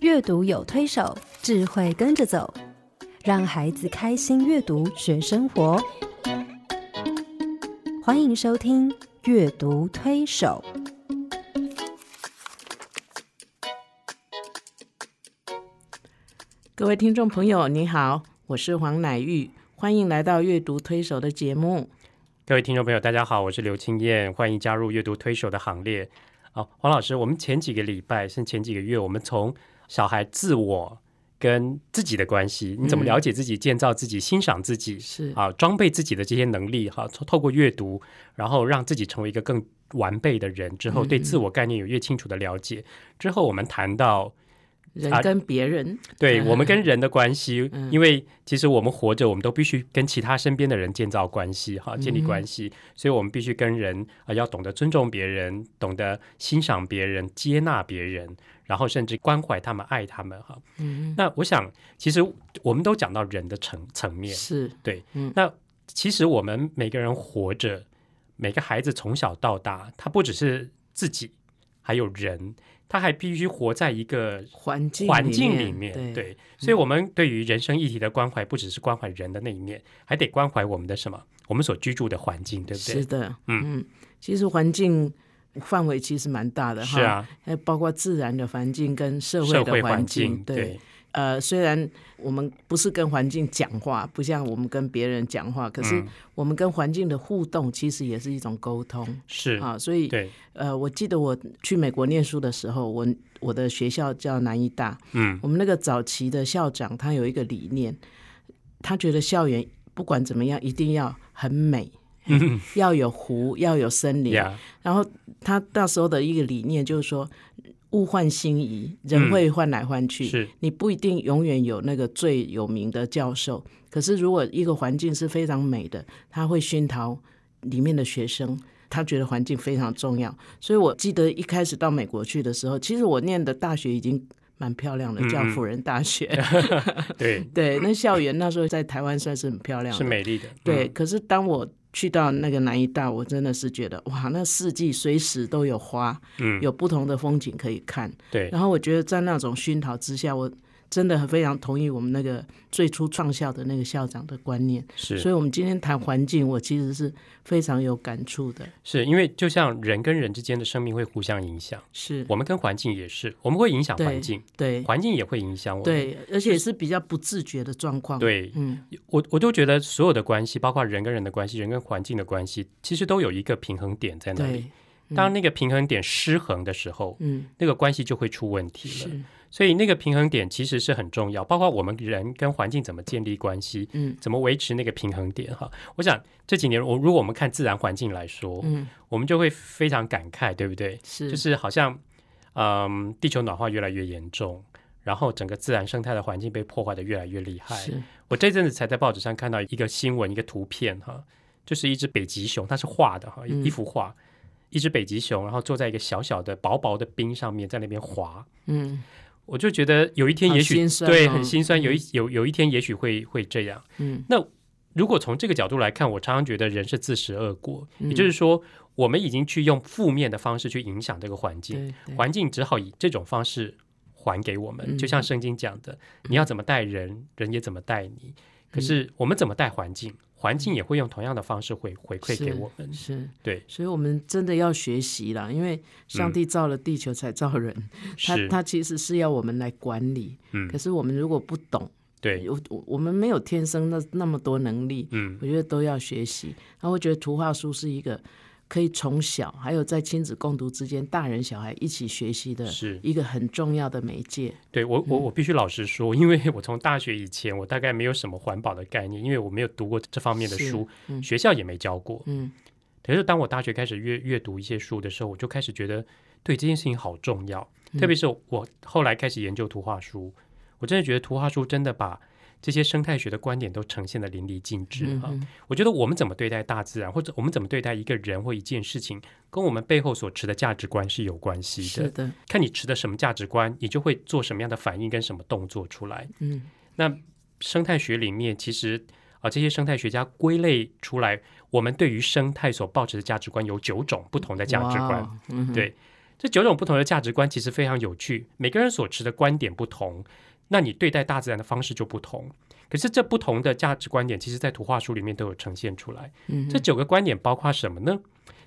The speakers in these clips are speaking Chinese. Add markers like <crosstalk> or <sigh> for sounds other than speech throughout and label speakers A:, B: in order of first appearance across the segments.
A: 阅读有推手，智慧跟着走，让孩子开心阅读学生活。欢迎收听《阅读推手》。
B: 各位听众朋友，你好，我是黄乃玉，欢迎来到阅读推手的节目。
C: 各位听众朋友，大家好，我是刘青燕，欢迎加入阅读推手的行列。好、黄老师，我们前几个礼拜，甚至前几个月，我们从小孩自我跟自己的关系，你怎么
B: 嗯
C: 了解自己、建造自己、欣赏自己，
B: 是
C: 啊，装备自己的这些能力，哈、透透过阅读，然后让自己成为一个更完备的人，之后对自我概念有越清楚的了解。之后我们谈到，
B: 人
C: 啊
B: 跟别人，
C: 对
B: 嗯
C: 我们跟人的关系，
B: 嗯
C: 因为其实我们活着，我们都必须跟其他身边的人建造关系，
B: 嗯
C: 哈，建立关系，所以我们必须跟人啊、呃要懂得尊重别人，懂得欣赏别人，接纳别人，然后甚至关怀他们、爱他们，哈。
B: 嗯，
C: 那我想，其实我们都讲到人的层层面，
B: 是
C: 对，
B: 嗯
C: 那其实我们每个人活着，每个孩子从小到大，他不只是自己，还有人，他还必须活在一个
B: 环境
C: 环境
B: 里
C: 里面，
B: 对，嗯
C: 对，所以我们对于人生议题的关怀，不只是关怀人的那一面，还得关怀我们的什么？我们所居住的环境，对不
B: 是
C: 对？
B: 的，
C: 嗯
B: 嗯，其实环境范围其实蛮大的哈，
C: 是，啊，
B: 还包括自然的环境跟社
C: 社
B: 会的
C: 会环
B: 境，
C: 境，对，
B: 呃，虽然我们不是跟环境讲话，不像我们跟别人讲话，可是
C: 嗯
B: 我们跟环境的互动其实也是一种沟通
C: 是，
B: 啊。所以，
C: 对，
B: 呃，我记得我去美国念书的时候，我我的学校叫南医大，
C: 嗯，
B: 我们那个早期的校长他有一个理念，他觉得校园不管怎么样一定要很美，要有湖，要有森林，
C: 呀，
B: 然后他那时候的一个理念就是说，物换星移，人会换来换去。
C: 是
B: 你不一定永远有那个最有名的教授，可是如果一个环境是非常美的，他会熏陶里面的学生。他觉得环境非常重要，所以我记得一开始到美国去的时候，其实我念的大学已经蛮漂亮的，叫
C: 嗯嗯
B: 辅仁大学。 <laughs>
C: 对，
B: 对，那校园那时候在台湾算是很漂亮的，
C: 是美丽的，
B: 对，
C: 嗯，
B: 可是当我去到那个南医大，我真的是觉得哇，那四季随时都有花，
C: 嗯
B: 有不同的风景可以看。
C: 对，
B: 然后我觉得在那种熏陶之下，我真的很非常同意我们那个最初创校的那个校长的观念。
C: 是
B: 所以，我们今天谈环境，我其实是非常有感触的。
C: 是因为就像人跟人之间的生命会互相影响，
B: 是，
C: 我们跟环境也是，我们会影响
B: 对
C: 环境，
B: 对，
C: 环境也会影响我们。
B: 对，而且是比较不自觉的状况。，
C: 对
B: 嗯，
C: 我我都觉得所有的关系，包括人跟人的关系、人跟环境的关系，其实都有一个平衡点在那里。
B: 对，
C: 当那个平衡点失衡的时候，
B: 嗯，
C: 那个关系就会出问题了。
B: 是，
C: 所以那个平衡点其实是很重要，包括我们人跟环境怎么建立关系，
B: 嗯，
C: 怎么维持那个平衡点哈。我想这几年，我如果我们看自然环境来说，
B: 嗯，
C: 我们就会非常感慨，对不对？
B: 是，
C: 就是好像，嗯，地球暖化越来越严重，然后整个自然生态的环境被破坏的越来越厉害。
B: 是，
C: 我这阵子才在报纸上看到一个新闻，一个图片哈，就是一只北极熊，它是画的哈，
B: 嗯
C: 一幅画，一只北极熊，然后坐在一个小小的薄薄的冰上面，在那边滑。
B: 嗯
C: 我就觉得有一天也
B: 好
C: 许、
B: 心酸哦
C: 对很心酸，有一有有一天也许会会这样。
B: 嗯，
C: 如果从这个角度来看，我常常觉得人是自食恶果，
B: 嗯
C: 也就是说，我们已经去用负面的方式去影响这个环境，
B: 对，对
C: 环境只好以这种方式还给我们。
B: 嗯
C: 就像圣经讲的，你要怎么待人，人也怎么待
B: 嗯
C: 你。可是我们怎么待环境，环境也会用同样的方式回回馈给我们。
B: 是。
C: 对，
B: 所以我们真的要学习啦，因为上帝造了地球才造人，他
C: 是，
B: 他其实是要我们来管理。
C: 嗯
B: 可，是我们如果不懂，
C: 对，
B: 我我我们没有天生那那么多能力，
C: 嗯，
B: 我觉得都要学习。然后我觉得图画书是一个可以从小还有在亲子共读之间，大人小孩一起学习的
C: 是
B: 一个很重要的媒介。
C: 对我
B: 嗯
C: 我我必须老实说，因为我从大学以前，我大概没有什么环保的概念，因为我没有读过这方面的
B: 是
C: 书，
B: 嗯
C: 学校也没教过。
B: 嗯，
C: 可是当我大学开始阅阅读一些书的时候，我就开始觉得对这件事情好重要。
B: 嗯
C: 特别是我后来开始研究图画书，我真的觉得图画书真的把这些生态学的观点都呈现的淋漓尽致
B: 嗯
C: 啊！我觉得我们怎么对待大自然，或者我们怎么对待一个人或一件事情，跟我们背后所持的价值观是有关系
B: 是
C: 的。
B: 的，
C: 看你持的什么价值观，你就会做什么样的反应跟什么动作出来。
B: 嗯，
C: 那生态学里面其实啊、这些生态学家归类出来，我们对于生态所抱持的价值观有九种不同的价值
B: 哇
C: 观。
B: 哦，嗯哼
C: 对这九种不同的价值观其实非常有趣，每个人所持的观点不同，那你对待大自然的方式就不同。可是这不同的价值观点，其实在图画书里面都有呈现出来。
B: 嗯
C: 这九个观点包括什么呢？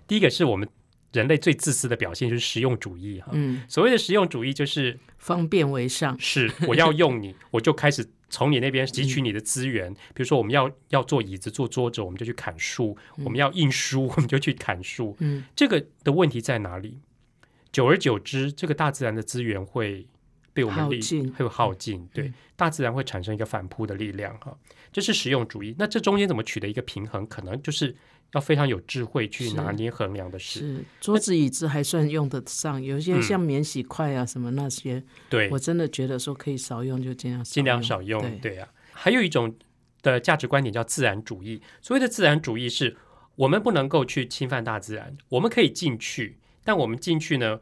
C: 第一个是我们人类最自私的表现，就是实用主义哈。
B: 嗯，
C: 所谓的实用主义，就是
B: 方便为上，
C: 是我要用
B: <laughs>
C: 你，我就开始从你那边汲取你的资源。比如说，我们要要做椅子、做桌子，我们就去砍树；我们要印书， <laughs> 我们就去砍树。
B: 嗯，
C: 这个的问题在哪里？久而久之，这个大自然的资源会被我们
B: 耗
C: 利
B: 尽嗯
C: 会耗尽，对，大自然会产生一个反扑的力量哈。这是实用主义。那这中间怎么取得一个平衡？可能就是要非常有智慧去
B: 是
C: 拿捏衡量的事。
B: 是桌子椅子还算用得上，有些
C: 嗯
B: 像免洗筷啊什么那些，
C: 对，
B: 我真的觉得说可以少用就尽量
C: 尽量少用，对啊。还有一种的价值观点叫自然主义，所谓的自然主义是我们不能够去侵犯大自然，我们可以进去，但我们进去呢，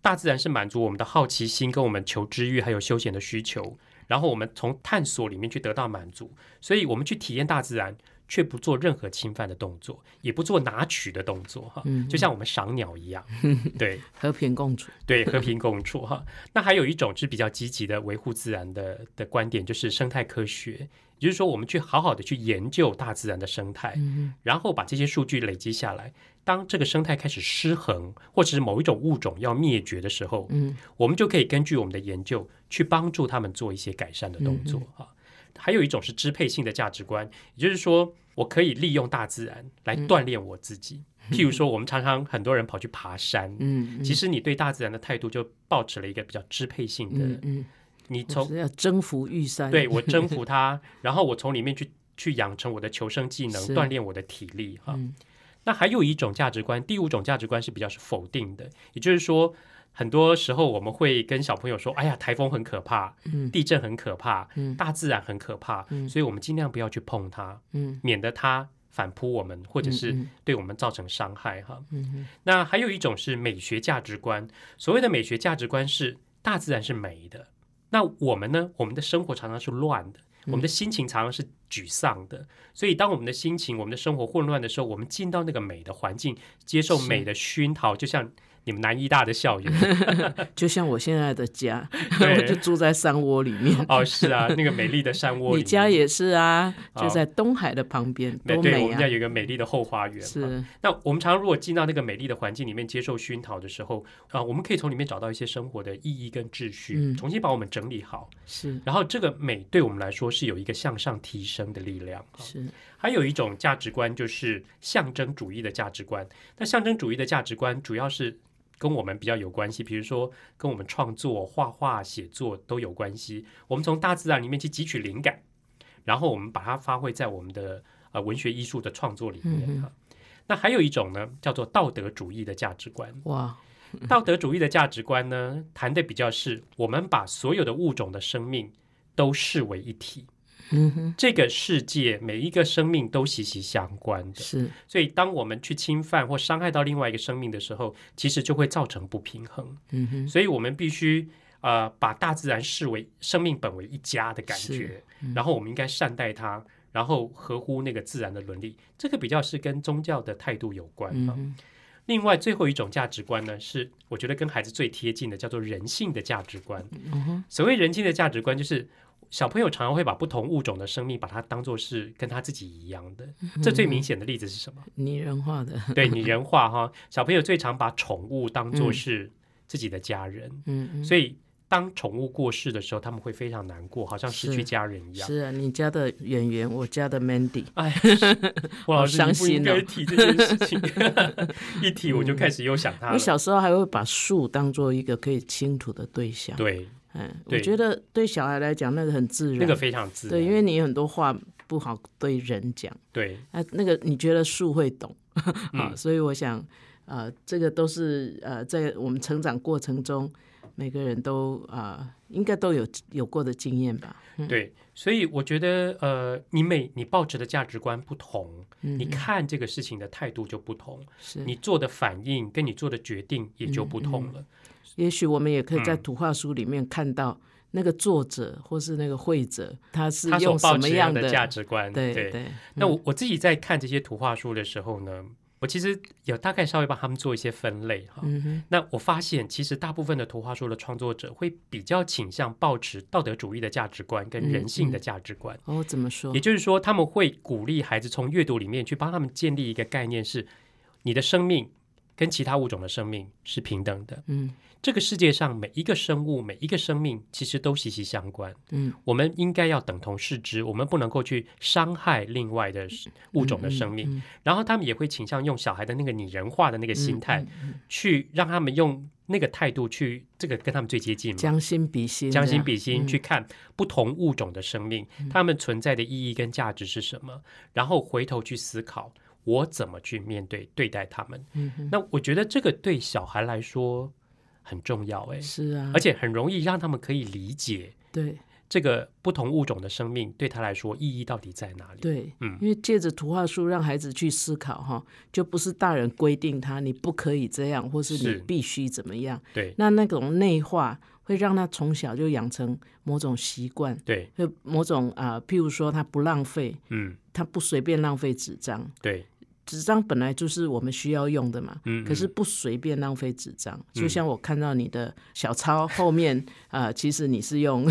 C: 大自然是满足我们的好奇心、跟我们求知欲还有休闲的需求，然后我们从探索里面去得到满足，所以我们去体验大自然。却不做任何侵犯的动作，也不做拿取的动作，哈，就像我们赏鸟一 <laughs> 样，对，
B: 和平共处，
C: 对，和平共处哈。那还有一种是比较积极的维护自然的的观点，就是生态科学，也就是说，我们去好好的去研究大自然的生态，然后把这些数据累积下来。当这个生态开始失衡，或者是某一种物种要灭绝的时候，
B: 嗯，
C: 我们就可以根据我们的研究去帮助他们做一些改善的动作哈。还有一种是支配性的价值观，也就是说，我可以利用大自然来锻炼我自己。譬如说，我们常常很多人跑去爬山，
B: 嗯
C: 其实你对大自然的态度就保持了一个比较支配性的，
B: 嗯嗯，
C: 你
B: 就
C: 从
B: 是要征服玉山，
C: 对我
B: <laughs>
C: 征服它，然后我从里面去去养成我的求生技能，
B: 是
C: 锻炼我的体力哈。
B: 嗯
C: 那还有一种价值观，第五种价值观是比较是否定的，也就是说，很多时候我们会跟小朋友说：“哎呀，台风很可怕，
B: 嗯
C: 地震很可怕，
B: 嗯
C: 大自然很可怕。
B: 嗯
C: 所以我们尽量不要去碰它，
B: 嗯
C: 免得它反扑我们，或者是
B: 嗯
C: 对我们造成伤害。”哈，
B: 嗯
C: 那还有一种是美学价值观，所谓的美学价值观是大自然是美的，那我们呢？我们的生活常常是乱的，
B: 嗯
C: 我们的心情常常是沮丧的，所以当我们的心情、我们的生活混乱的时候，我们进到那个美的环境，接受
B: 是
C: 美的熏陶，就像你们南医大的校
B: <laughs>
C: 园
B: 嗯，就像我现在的家， <laughs>
C: 对
B: 我就住在山窝里面。
C: 哦，是啊，那个美丽的山窝里面，
B: 你家也是啊，
C: 好
B: 就在东海的旁边，
C: 美
B: 多
C: 对，我
B: 美
C: 们家
B: 啊！
C: 有一个美丽的后花园，嘛。
B: 是，
C: 那我们常常如果进到那个美丽的环境里面接受熏陶的时候，啊、我们可以从里面找到一些生活的意义跟秩序，
B: 嗯
C: 重新把我们整理好。
B: 是
C: 然后这个美对我们来说是有一个向上提升的力量。
B: 是，
C: 还有一种价值观就是象征主义的价值观。那象征主义的价值观主要是跟我们比较有关系，比如说跟我们创作、画画、写作都有关系。我们从大自然里面去汲取灵感，然后我们把它发挥在我们的呃文学艺术的创作里面
B: 嗯哼
C: 啊。那还有一种呢，叫做道德主义的价值观。
B: 哇，
C: 道德主义的价值观呢，谈的比较是我们把所有的物种的生命都视为一体，
B: 嗯哼，
C: 这个世界每一个生命都息息相关的。
B: 是
C: 所以，当我们去侵犯或伤害到另外一个生命的时候，其实就会造成不平衡。
B: 嗯哼，
C: 所以我们必须呃把大自然视为生命本为一家的感觉
B: 是，嗯
C: 然后我们应该善待它，然后合乎那个自然的伦理。这个比较是跟宗教的态度有关
B: 嗯
C: 啊。
B: 哼，
C: 另外，最后一种价值观呢，是我觉得跟孩子最贴近的，叫做人性的价值观。
B: 嗯哼，
C: 所谓人性的价值观，就是小朋友常常会把不同物种的生命，把它当做是跟他自己一样的。
B: 嗯
C: 这最明显的例子是什
B: <laughs>
C: 么？
B: 拟人化的，
C: 对拟人化哈，小朋友最常把宠物当做是自己的家人，
B: 嗯
C: 所以当宠物过世的时候，他们会非常难过，好像失去
B: 是
C: 家人一
B: 嗯，
C: 样。
B: 是啊，你家的演员，我家的 Mandy， <laughs>
C: 哎，我老师
B: 好
C: 你
B: 伤
C: 不应
B: 心哦嗯
C: 该提这件事情， <laughs> 一提我就开始又想他
B: 我
C: 了。
B: 小时候还会把树当做一个可以倾吐的对象，
C: 对，
B: 嗯，我
C: 对
B: 觉得对小孩来讲那个很自然，
C: 那个非常自然。
B: 对，因为你有很多话不好对人讲。
C: 对
B: 啊，那个你觉得树会懂啊？所以我想，呃，这个都是呃，在我们成长过程中，每个人都啊、呃应该都有有过的经验吧？
C: 对，所以我觉得，呃，你每你抱持的价值观不同，
B: 嗯
C: 你看这个事情的态度就不同，
B: 是，
C: 你做的反应跟你做的决定也就不
B: 嗯
C: 同了。
B: 也许我们也可以在图画书里面看到那个作者或是那个绘者，他是
C: 他所
B: 用什
C: 抱
B: 么
C: 持
B: 样
C: 的价值观，
B: 对对，嗯
C: 那我我自己在看这些图画书的时候呢，我其实有大概稍微帮他们做一些分类哈。
B: 嗯哼，
C: 那我发现，其实大部分的图画书的创作者会比较倾向抱持道德主义的价值观跟
B: 嗯
C: 人性的价值观，
B: 哦，怎么说
C: 也？就是说，他们会鼓励孩子从阅读里面去帮他们建立一个概念是，你的生命跟其他物种的生命是平等的。
B: 嗯
C: 这个世界上每一个生物、每一个生命其实都息息相关。
B: 嗯，
C: 我们应该要等同视之，我们不能够去伤害另外的物种的生命。
B: 嗯
C: 然后他们也会倾向用小孩的那个拟人化的那个心态，
B: 嗯
C: 去让他们用那个态度去这个跟他们最接近嘛。
B: 将心比心，
C: 将
B: 这
C: 心
B: 样
C: 比心去看不同物种的生命，
B: 嗯
C: 它们存在的意义跟价值是什么，然后回头去思考我怎么去面对对待他们。
B: 嗯
C: 那我觉得这个对小孩来说很重要诶，
B: 是啊，
C: 而且很容易让他们可以理解
B: 对
C: 这个不同物种的生命对他来说意义到底在哪里。
B: 对，
C: 嗯
B: 因为借着图画书让孩子去思考哈，就不是大人规定他你不可以这样，或是
C: 是
B: 你必须怎么样，
C: 对
B: 那那种内化会让他从小就养成某种习惯，
C: 对，
B: 就某种啊、譬如说他不浪费，
C: 嗯，
B: 他不随便浪费纸张，
C: 对，
B: 纸张本来就是我们需要用的嘛，
C: 嗯，
B: 可是
C: 嗯
B: 不随便浪费纸张。就像我看到你的小抄后面 <laughs> 啊、呃其实你是用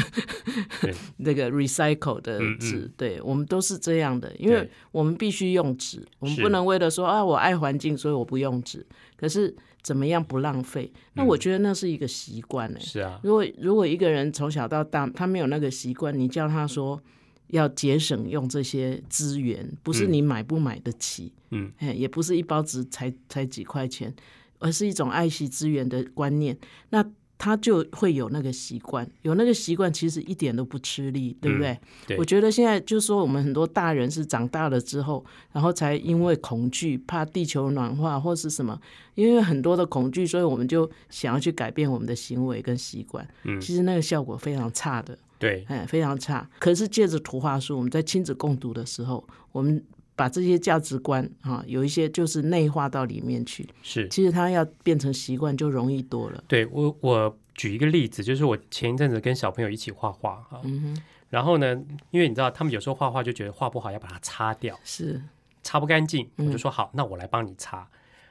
C: 对
B: <laughs> 那个 recycle 的
C: 嗯嗯
B: 纸，对我们都是这样的，因为
C: 对
B: 我们必须用纸，我们
C: 是
B: 不能为了说啊我爱环境，所以我不用纸。可是怎么样不浪费？
C: 嗯
B: 那我觉得那是一个习惯呢、欸
C: 是啊，
B: 如果如果一个人从小到大他没有那个习惯，你叫他说要节省用这些资源，不是
C: 嗯
B: 你买不买得起，
C: 嗯
B: 嘿，也不是一包纸才才几块钱，而是一种爱惜资源的观念。那他就会有那个习惯，有那个习惯其实一点都不吃力，对不对？
C: 嗯对
B: 我觉得现在就说我们很多大人是长大了之后，然后才因为恐惧，怕地球暖化或是什么，因为很多的恐惧，所以我们就想要去改变我们的行为跟习惯。
C: 嗯
B: 其实那个效果非常差的，
C: 对，
B: 哎，非常差。可是借着图画书，我们在亲子共读的时候，我们把这些价值观啊，有一些就是内化到里面去。
C: 是。
B: 其实它要变成习惯就容易多了。
C: 对我，我举一个例子，就是我前一阵子跟小朋友一起画画哈，
B: 嗯
C: 然后呢，因为你知道他们有时候画画就觉得画不好要把它擦掉，
B: 是，
C: 擦不干净，我就
B: 嗯
C: 说好，那我来帮你擦。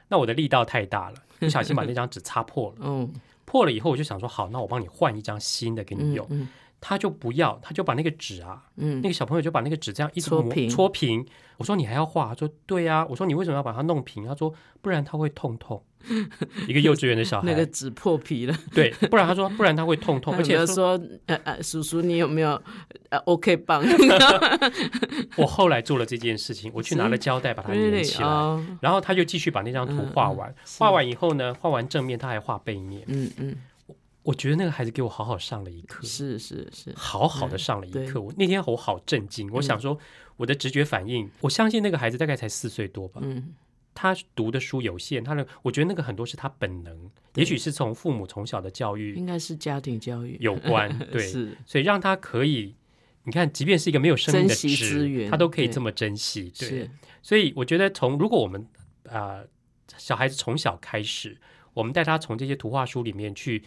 C: 那我的力道太大了，不小心把那张纸擦破了。
B: 嗯，
C: 破了以后，我就想说好，那我帮你换一张新的给你用。
B: 嗯
C: 他就不要，他就把那个纸啊，
B: 嗯
C: 那个小朋友就把那个纸这样一直
B: 搓
C: 磨
B: 平
C: 搓平。我说你还要画？他说对啊。我说你为什么要把它弄平？他说不然他会痛痛。一个幼稚园的小
B: <laughs>
C: 孩，
B: 那个纸破皮了。
C: 对，不然他说不然他会
B: <laughs>
C: 痛痛，
B: 他
C: <laughs> 而
B: 有没
C: 且
B: 有
C: 说
B: 说，呃呃，叔叔，你有没有呃 OK 棒？
C: 我后来做了这件事情，我去拿了胶带把它粘起
B: <laughs> Really？
C: 来，
B: 哦，嗯
C: 然后他就继续把那张图画完。画完以后呢，画完正面，他还画背面。
B: 嗯嗯，
C: 我觉得那个孩子给我好好上了一课，
B: 是是是，
C: 好好的上了一
B: 对嗯
C: 课。我那天我好震惊，我想说我的直觉反应，我相信那个孩子大概才四岁多吧。
B: 嗯
C: 他读的书有限，他的我觉得那个很多是他本能，也许是从父母从小的教育
B: 应该是家庭教育，
C: 有关，对，
B: 嗯是
C: 所以让他可以，你看，即便是一个没有生命
B: 珍
C: 的
B: 惜资
C: 纸，
B: 源
C: 他都可以
B: 对
C: 这么珍惜，对。
B: 是，
C: 所以我觉得从如果我们啊、呃小孩子从小开始，我们带他从这些图画书里面去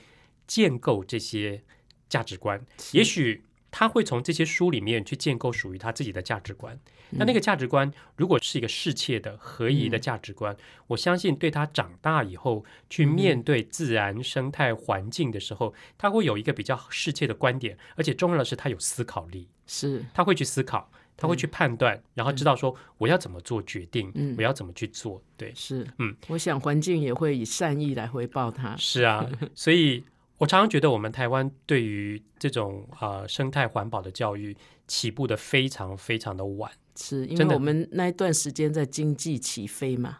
C: 建构这些价值观，也许他会从这些书里面去建构属于他自己的价值观。那那个价值观如果是一个适切的、合宜的价值观，我相信对他长大以后去面对自然生态环境的时候，他会有一个比较适切的观点，而且重要的是他有思考力。
B: 是
C: 他会去思考，他会去判断，然后知道说我要怎么做决定，
B: 嗯
C: 我要怎么去做。对，
B: 是，
C: 嗯，
B: 我想环境也会以善意来回报他，
C: 是啊， <laughs> 所以我常常觉得我们台湾对于这种啊、呃生态环保的教育起步的非常非常的晚。
B: 是因
C: 真
B: 为
C: 的
B: 我们那一段时间在经济起飞嘛，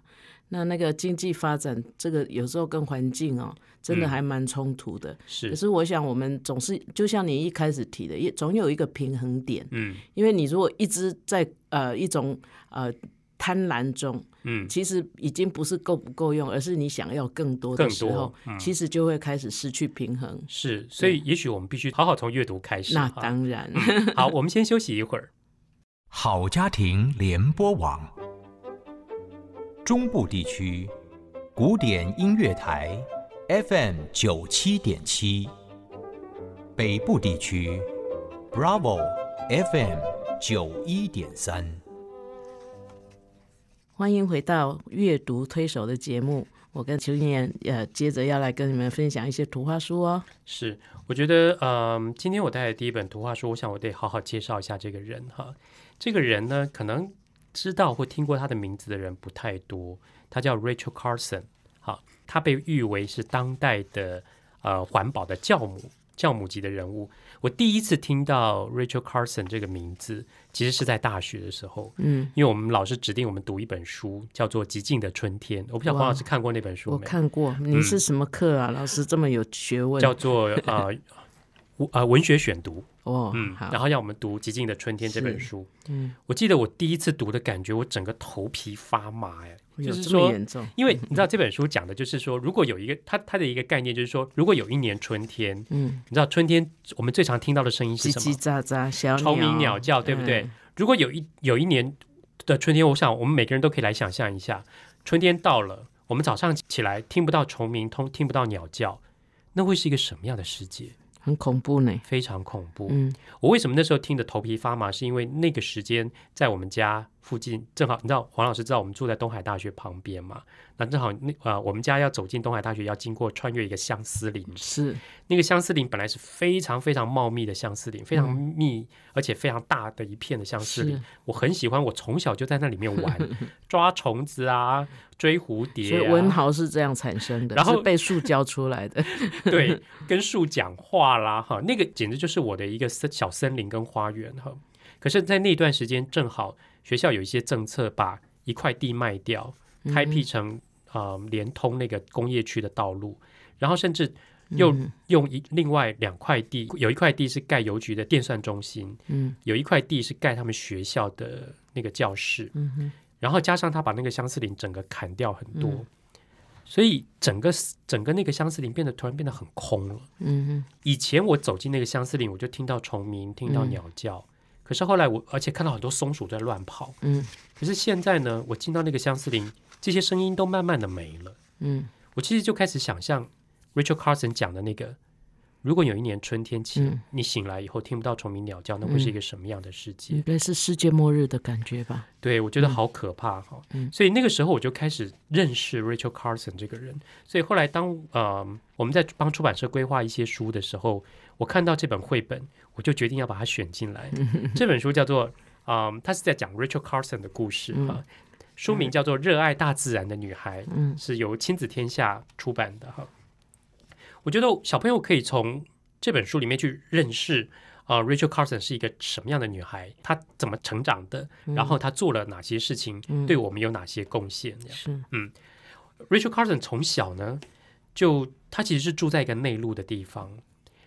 B: 那那个经济发展这个有时候跟环境哦，真的
C: 嗯
B: 还蛮冲突的。可
C: 是，
B: 是我想，我们总是就像你一开始提的，也总有一个平衡点，
C: 嗯
B: 因为你如果一直在呃一种呃贪婪中，
C: 嗯，
B: 其实已经不是够不够用，而是你想要更多的
C: 更
B: 时
C: 多嗯
B: 候，其实就会开始失去平衡。
C: 是，所以也许我们必须好好从阅读开始。
B: 那
C: 哈
B: 当然，
C: 好，我们先休息一会儿。
D: 好家庭联播网，中部地区古典音乐台 FM 九七点七，北部地区 Bravo FM 九一点三。
B: <laughs> 欢迎回到阅读推手的节目。我跟邱燕呃，接着要来跟你们分享一些图画书哦。
C: 是，我觉得，嗯，今天我带来的第一本图画书，我想我得好好介绍一下这个人哈。这个人呢，可能知道或听过他的名字的人不太多，他叫 Rachel Carson。好，他被誉为是当代的呃环保的教母，教母级的人物。我第一次听到 Rachel Carson 这个名字，其实是在大学的时候，
B: 嗯，
C: 因为我们老师指定我们读一本书，叫做《极尽的春天》。我不晓得
B: 哇
C: 黄老师看过那本书
B: 我
C: 没？
B: 看过，你是什么课啊？老师这么有学问
C: 嗯叫做呃 <laughs> 文呃文学选读。
B: 哦。
C: 嗯，
B: 好
C: 然，后让我们读《极尽的春天》这本
B: 是
C: 书。
B: 嗯，
C: 我记得我第一次读的感觉，我整个头皮发麻哎，就
B: 有
C: 是
B: 这么
C: 说，
B: 严重？
C: 因为你知道这本书讲的就是说，如果有一个它它的一个概念就是说，如果有一年春天，
B: 嗯，
C: 你知道春天我们最常听到的声音是
B: 叽
C: 什么
B: 叽？喳喳，小嗯
C: 虫鸣鸟叫，对不对？？如果有一有一年的春天，我想我们每个人都可以来想象一下，春天到了，我们早上起来听不到虫鸣，通听不到鸟叫，那会是一个什么样的世界？
B: 很恐怖呢。
C: 非常恐怖。
B: 嗯，
C: 我为什么那时候听得头皮发麻？是因为那个时间在我们家附近，正好你知道黄老师知道我们住在东海大学旁边嘛？那正好那啊、我们家要走进东海大学，要经过穿越一个相思林。
B: 是，
C: 那个相思林本来是非常非常茂密的相思林，非常密、而且非常大的一片的相思
B: 嗯
C: 林
B: 是。
C: 我很喜欢，我从小就在那里面
B: <laughs>
C: 玩，抓虫子啊，追蝴
B: 所以
C: 蝶、
B: 文
C: 啊，
B: 豪是这样产生的，
C: 然后
B: 是被塑胶出来
C: <laughs>
B: 的。
C: 对，跟树讲话啦，哈，那个简直就是我的一个森小森林跟花园哈。可是，在那段时间，正好学校有一些政策，把一块地卖掉，开辟成啊、呃连通那个工业区的道路，然后甚至又用一另外两块地，有一块地是盖邮局的电算中心，
B: 嗯，
C: 有一块地是盖他们学校的那个教室，然后加上他把那个相思林整个砍掉很多，所以整个整个那个相思林变得突然变得很空了。
B: 嗯
C: 以前我走进那个相思林，我就听到虫鸣，听到鸟叫。可是后来我，而且看到很多松鼠在乱跑。
B: 嗯
C: 可是现在呢，我进到那个相思林，这些声音都慢慢的没了。
B: 嗯
C: 我其实就开始想象 Rachel Carson 讲的那个，如果有一年春天起，
B: 嗯
C: 你醒来以后听不到虫鸣鸟叫，那会是一个什么样的世界？
B: 应该是世界末日的感觉吧？
C: 对，我觉得好可怕哈、所以那个时候我就开始认识 Rachel Carson 这个人。所以后来当呃我们在帮出版社规划一些书的时候，我看到这本绘本，我就决定要把它选进来。这本书叫做啊、呃它是在讲 Rachel Carson 的故事哈、书名叫做《热爱大自然的女孩》，
B: 嗯
C: 是由亲子天下出版的哈。我觉得小朋友可以从这本书里面去认识啊、呃 Rachel Carson 是一个什么样的女孩，她怎么成长的，然后她做了哪些事情，对我们有哪些贡献。这样嗯
B: 是，
C: Rachel Carson 从小呢，就她其实是住在一个内陆的地方，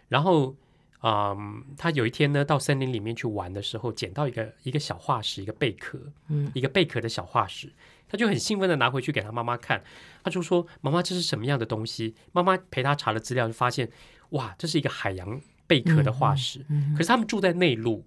C: 然后，嗯，她有一天呢到森林里面去玩的时候，捡到一个一个小化石，一个贝壳，
B: 嗯，
C: 一个贝壳的小化石，她就很兴奋的拿回去给她妈妈看，她就说：“妈妈，这是什么样的东西？”妈妈陪她查了资料，就发现，哇，这是一个海洋贝壳的化石，可是他们住在内陆。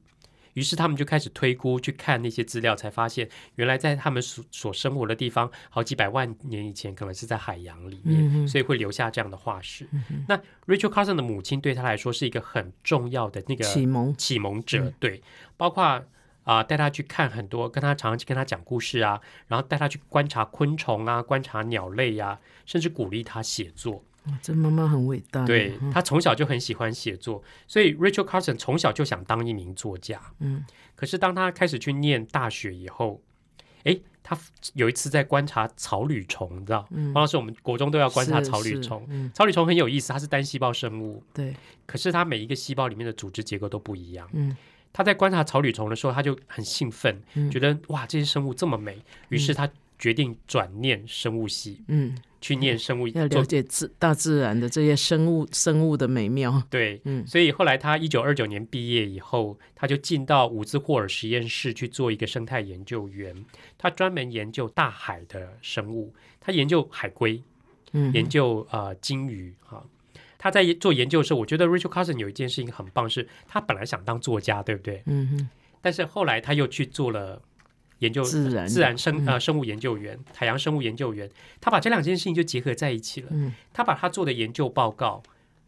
C: 于是他们就开始推估，去看那些资料，才发现原来在他们所所生活的地方，好几百万年以前可能是在海洋里面，所以会留下这样的化石。那 Rachel Carson 的母亲对他来说是一个很重要的那个
B: 启蒙嗯
C: 启蒙者，对，包括啊、带他去看很多，跟他常常去跟他讲故事啊，然后带他去观察昆虫啊，观察鸟类呀、啊，甚至鼓励他写作。
B: 哇哦这妈妈很伟大。
C: 对，他从小就很喜欢写作，所以 Rachel Carson 从小就想当一名作家。
B: 嗯，
C: 可是当他开始去念大学以后，诶，他有一次在观察草履虫，你知道，黄老师，我们国中都要观察
B: 嗯是
C: 草履
B: 是
C: 虫。
B: 嗯，
C: 草履虫很有意思，它是单细胞生物，
B: 对，
C: 可是它每一个细胞里面的组织结构都不一样。
B: 嗯，
C: 他在观察草履虫的时候，他就很兴奋，
B: 嗯
C: 觉得哇，这些生物这么美，于是他决定转念生物系，
B: 嗯，
C: 去念生物
B: 要了
C: 做
B: 解自大自然的这些生物生物的美妙。
C: 对，
B: 嗯
C: 所以后来他一九二九年毕业以后，他就进到伍兹霍尔实验室去做一个生态研究员，他专门研究大海的生物，他研究海龟，
B: 嗯，
C: 研究呃鲸鱼哈、他在做研究的时候，我觉得 Rachel Carson 有一件事情很棒，是他本来想当作家，对不对？
B: 嗯哼，
C: 但是后来他又去做了研究
B: 自然的
C: 自然生呃生物研究员、海洋生物研究员，他把这两件事情就结合在一起了。
B: 嗯
C: 他把他做的研究报告，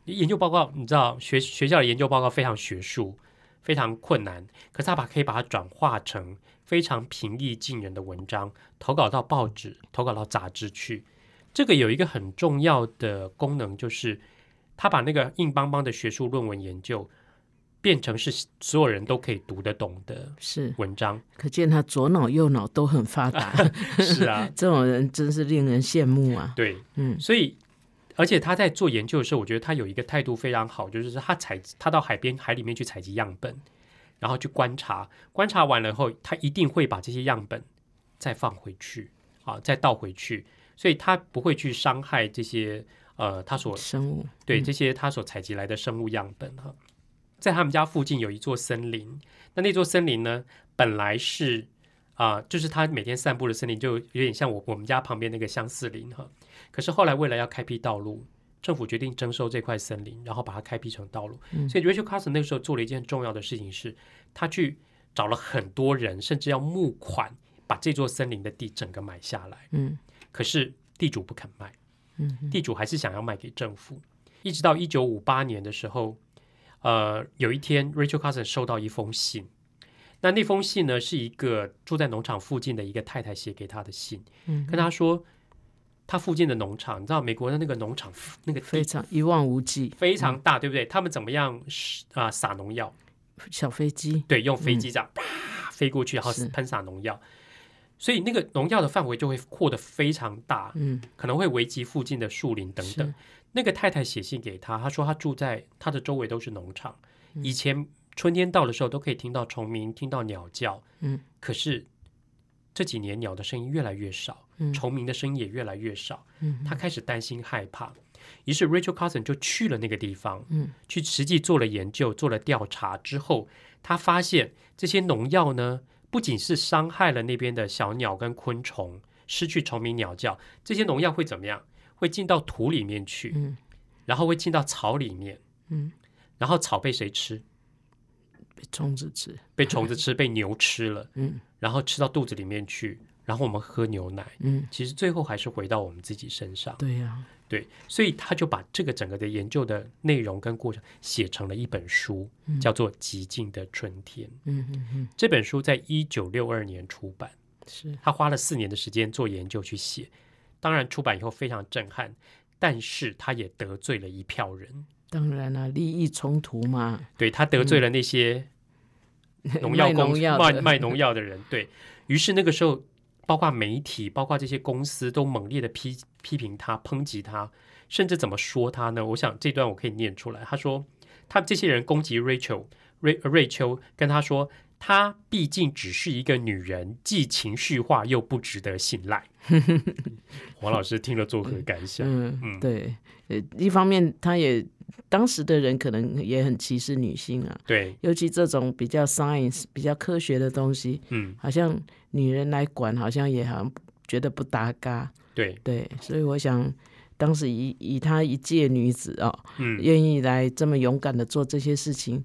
C: 研究报告你知道学学校的研究报告非常学术，非常困难，可是他把可以把它转化成非常平易近人的文章，投稿到报纸、投稿到杂志去。这个有一个很重要的功能，就是他把那个硬邦邦的学术论文研究变成是所有人都可以读得懂的
B: 是，
C: 文章。
B: 可见他左脑右脑都很发达，
C: 是啊，
B: 这种人真是令人羡慕啊。
C: 对，
B: 嗯，
C: 所以，而且他在做研究的时候，我觉得他有一个态度非常好，就是他采他到海边海里面去采集样本，然后去观察，观察完了后，他一定会把这些样本再放回去啊，再倒回去，所以他不会去伤害这些呃他所
B: 生物
C: 对这些他所采集来的生物样本哈、在他们家附近有一座森林，那那座森林呢，本来是啊、就是他每天散步的森林，就有点像我我们家旁边那个相似林哈、可是后来为了要开辟道路，政府决定征收这块森林，然后把它开辟成道路。所以 Rachel Carson 那个时候做了一件很重要的事情是，他去找了很多人，甚至要募款把这座森林的地整个买下来。
B: 嗯，
C: 可是地主不肯卖，嗯，地主还是想要卖给政府。一直到一九五八年的时候，呃，有一天 Rachel Carson 收到一封信，那那封信呢是一个住在农场附近的一个太太写给他的信，
B: 嗯，
C: 跟他说他附近的农场，你知道美国的那个农场那个
B: 非
C: 地
B: 常一望无际，
C: 非常大，对不对？他们怎么样是啊、撒农药？
B: 小飞机
C: 对，用飞机这样啪、飞过去，然后
B: 嗯是
C: 喷洒农药，所以那个农药的范围就会扩得非常大，
B: 嗯，
C: 可能会危及附近的树林等等
B: 是。
C: 那个太太写信给他，他说他住在他的周围都是农场，
B: 嗯
C: 以前春天到的时候都可以听到虫鸣，听到鸟叫，
B: 嗯，
C: 可是这几年鸟的声音越来越少，
B: 嗯
C: 虫鸣的声音也越来越少，
B: 嗯，
C: 他开始担心害怕，于是 Rachel Carson 就去了那个地方，
B: 嗯，
C: 去实际做了研究，做了调查之后，他发现这些农药呢，不仅是伤害了那边的小鸟跟昆虫，失去虫鸣鸟叫，这些农药会怎么样？会进到土里面去，
B: 嗯，
C: 然后会进到草里面，
B: 嗯，
C: 然后草被谁吃？
B: 被虫子吃，
C: 被虫子吃，被牛吃了，
B: 嗯
C: 然后吃到肚子里面去，然后我们喝牛奶，
B: 嗯，
C: 其实最后还是回到我们自己身上。
B: 对呀、
C: 对，所以他就把这个整个的研究的内容跟过程写成了一本书，叫做《极尽的春天》。
B: 嗯嗯嗯，
C: 这本书在一九六二年出版，
B: 是
C: 他花了四年的时间做研究去写。当然，出版以后非常震撼，但是他也得罪了一票人。
B: 当然啦、利益冲突嘛，
C: 对他得罪了
B: <laughs>
C: 那些农药
B: 嗯卖
C: 公
B: 农
C: 司
B: 药
C: 卖
B: 的
C: 卖农药的人，对于是那个时候，包括媒体，包括这些公司都猛烈的批批评他、抨击他，甚至怎么说他呢？我想这段我可以念出来。他说，他这些人攻击 Rachel，瑞瑞秋跟他说，她毕竟只是一个女人，既情绪化又不值得信赖。 <laughs> 黄老师听了作何感想？
B: 嗯，对，呃，一方面他也当时的人可能也很歧视女性啊，
C: 对，
B: 尤其这种比较 science、比较科学的东西，
C: 嗯，
B: 好像女人来管，好像也好像觉得不搭嘎。
C: 对，
B: 对，所以我想，当时以以她一介女子哦，
C: 嗯，
B: 愿意来这么勇敢的做这些事情，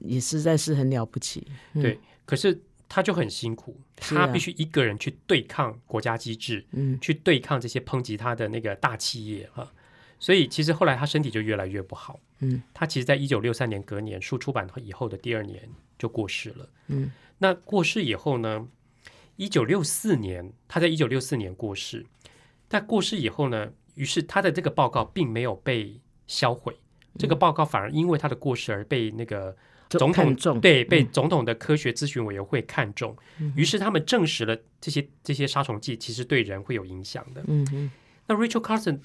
B: 也实在是很了不起。嗯
C: 对，可是他就很辛苦，
B: 是
C: 他
B: 啊
C: 必须一个人去对抗国家机制，
B: 嗯，
C: 去对抗这些抨击他的那个大企业啊。所以其实后来他身体就越来越不好。
B: 嗯，
C: 他其实在一九六三年隔年书出版以后的第二年就过世了。
B: 嗯，
C: 那过世以后呢？一九六四年，他在一九六四年过世。但过世以后呢，于是他的这个报告并没有被销毁，这个报告反而因为他的过世而被那个
B: 就
C: 总统
B: 看中嗯
C: 对被总统的科学咨询委员会看中，于是他们证实了这些这些杀虫剂其实对人会有影响的。
B: 嗯嗯，
C: 那 Rachel Carson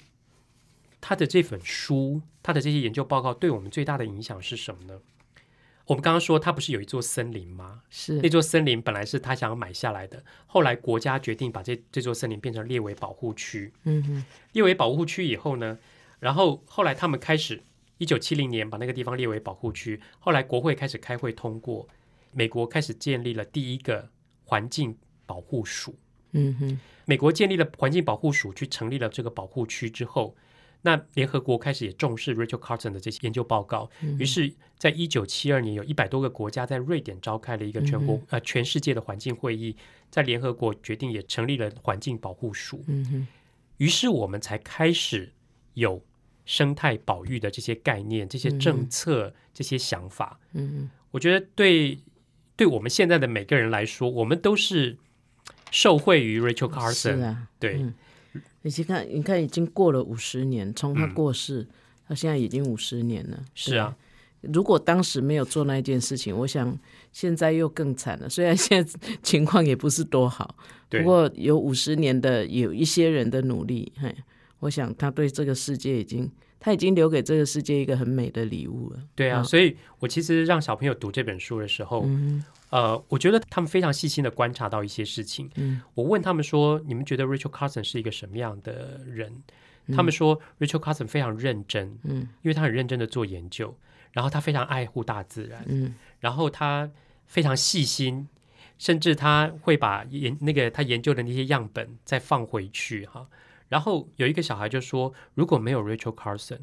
C: 他的这本书，他的这些研究报告对我们最大的影响是什么呢？我们刚刚说他不是有一座森林吗？那
B: 是
C: 座森林本来是他想要买下来的，后来国家决定把这这座森林变成列为保护区。
B: 嗯嗯
C: 列为保护区以后呢，然后后来他们开始，一九七零年把那个地方列为保护区，后来国会开始开会通过，美国开始建立了第一个环境保护署。
B: 嗯嗯，
C: 美国建立了环境保护署，去成立了这个保护区之后，那联合国开始也重视 Rachel Carson 的这些研究报告，
B: 嗯
C: 于是，在一九七二年，有一百多个国家在瑞典召开了一个全
B: 嗯
C: 国、呃全世界的环境会议，在联合国决定也成立了环境保护署。
B: 嗯哼，
C: 于是我们才开始有生态保育的这些概念、这些政策、这些想法。
B: 嗯
C: 我觉得对对我们现在的每个人来说，我们都是受惠于 Rachel
B: 是
C: Carson，、
B: 啊，
C: 对、
B: 嗯你去看，你看已经过了五十年，从他过世、到现在已经五十年了。
C: 是啊，
B: 如果当时没有做那一件事情，我想现在又更惨了。虽然现在情况也不是多好，
C: 对
B: 不过有五十年的有一些人的努力，嘿，我想他对这个世界已经，他已经留给这个世界一个很美的礼物了。
C: 对啊，
B: 嗯
C: 所以我其实让小朋友读这本书的时候，呃，我觉得他们非常细心的观察到一些事情。
B: 嗯
C: 我问他们说：“你们觉得 Rachel Carson 是一个什么样的人？”他们说，Rachel Carson 非常认真，
B: 嗯
C: 因为他很认真的做研究，然后他非常爱护大自然，
B: 嗯，
C: 然后他非常细心，甚至他会把研那个他研究的那些样本再放回去哈。然后有一个小孩就说：“如果没有 Rachel Carson，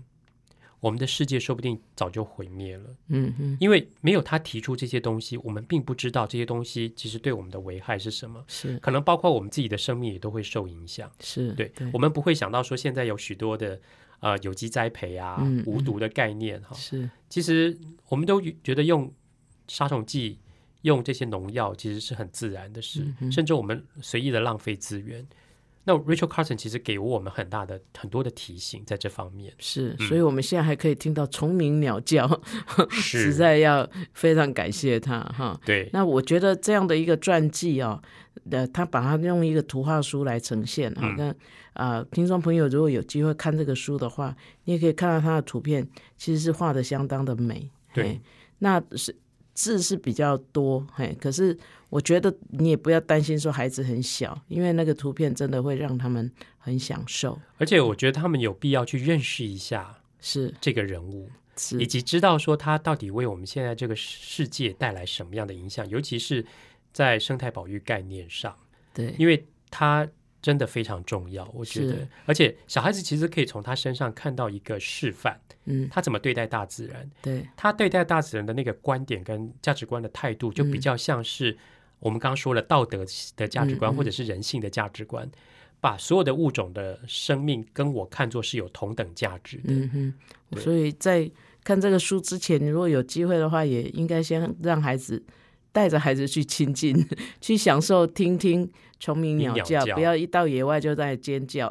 C: 我们的世界说不定早就毁灭了，
B: 嗯嗯，
C: 因为没有他提出这些东西，我们并不知道这些东西其实对我们的危害是什么。”
B: 是
C: 可能包括我们自己的生命也都会受影响。
B: 是，
C: 对，哦我们不会想到说现在有许多的呃有机栽培啊、
B: 嗯
C: 无毒的概念哈、
B: 是
C: 其实我们都觉得用杀虫剂、用这些农药其实是很自然的
B: 嗯
C: 事，甚至我们随意的浪费资源。那 Rachel Carson 其实给我们很大的很多的提醒在这方面，
B: 是，所以我们现在还可以听到虫鸣鸟叫， <laughs> 实在要非常感谢他哈。
C: 对，
B: 那我觉得这样的一个传记哦，呃，他把它用一个图画书来呈现，好像啊，听众朋友如果有机会看这个书的话，你也可以看到它的图片，其实是画的相当的美。
C: 对
B: 嘿，那是字是比较多，嘿，可是我觉得你也不要担心说孩子很小，因为那个图片真的会让他们很享受。
C: 而且我觉得他们有必要去认识一下
B: 是
C: 这个人物，以
B: 是，
C: 及知道说它到底为我们现在这个世界带来什么样的影响，尤其是在生态保育概念上，
B: 对，
C: 因为它真的非常重要，我觉得
B: 是。
C: 而且小孩子其实可以从他身上看到一个示范，
B: 嗯，
C: 他怎么对待大自然，
B: 对，
C: 他对待大自然的那个观点跟价值观的态度，就比
B: 嗯
C: 较像是我们刚刚说了道德的价值
B: 嗯
C: 观，
B: 嗯
C: 或者是人性的价值观。把所有的物种的生命跟我看作是有同等价值的， <laughs>
B: 嗯哼，
C: 对
B: 所以在看这个书之前，如果有机会的话，也应该先让孩子带着孩子去亲近， <laughs> 去享受听听虫鸣鸟
C: 鸟
B: 叫，
C: 叫
B: 不要一到野外就在尖
C: <laughs>
B: 叫。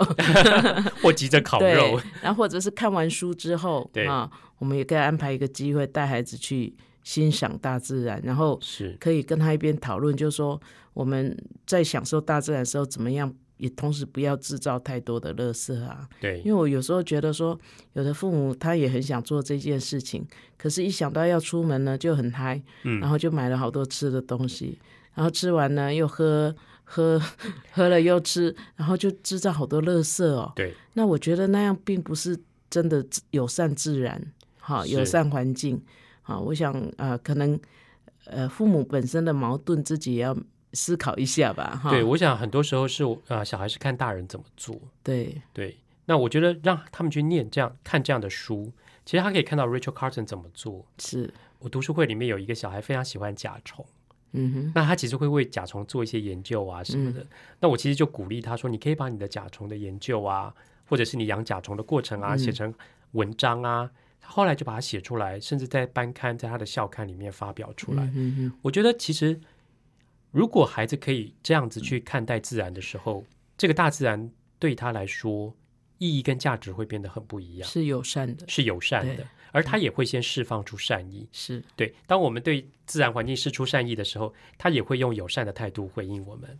C: 或急着烤
B: 对
C: 肉，，
B: 然后或者是看完书之后
C: <laughs> 对
B: 啊，我们也可以安排一个机会带孩子去欣赏大自然，然后
C: 是
B: 可以跟他一边讨论，就是说我们在享受大自然的时候怎么样。也同时不要制造太多的垃圾啊，
C: 对
B: 因为我有时候觉得说，有的父母他也很想做这件事情，可是一想到要出门呢，就很嗨，
C: 嗯
B: 然后就买了好多吃的东西，然后吃完呢又喝喝喝了又吃，然后就制造好多垃圾哦。
C: 对，
B: 那我觉得那样并不是真的自友善自然，哈，
C: 是
B: 友善环境，啊，我想啊、呃可能呃父母本身的矛盾自己也要思考一下吧，哈，
C: 对，我想很多时候是我呃，小孩是看大人怎么做。
B: 对
C: 对，那我觉得让他们去念这样看这样的书，其实他可以看到 Rachel Carson 怎么做。
B: 是，
C: 我读书会里面有一个小孩非常喜欢甲虫，
B: 嗯哼，
C: 那他其实会为甲虫做一些研究啊什么
B: 嗯
C: 的。那我其实就鼓励他说，你可以把你的甲虫的研究啊，或者是你养甲虫的过程啊，
B: 嗯
C: 写成文章啊。他后来就把它写出来，甚至在班刊、在他的校刊里面发表出来。
B: 嗯哼，
C: 我觉得其实，如果孩子可以这
B: 嗯
C: 样子去看待自然的时候，这个大自然对他来说意义跟价值会变得很不一样，
B: 是友善的，
C: 是友善
B: 对
C: 的，而他也会先释放出善意。
B: 是。
C: 对，当我们对自然环境释出善意的时候，他也会用友善的态度回应我们。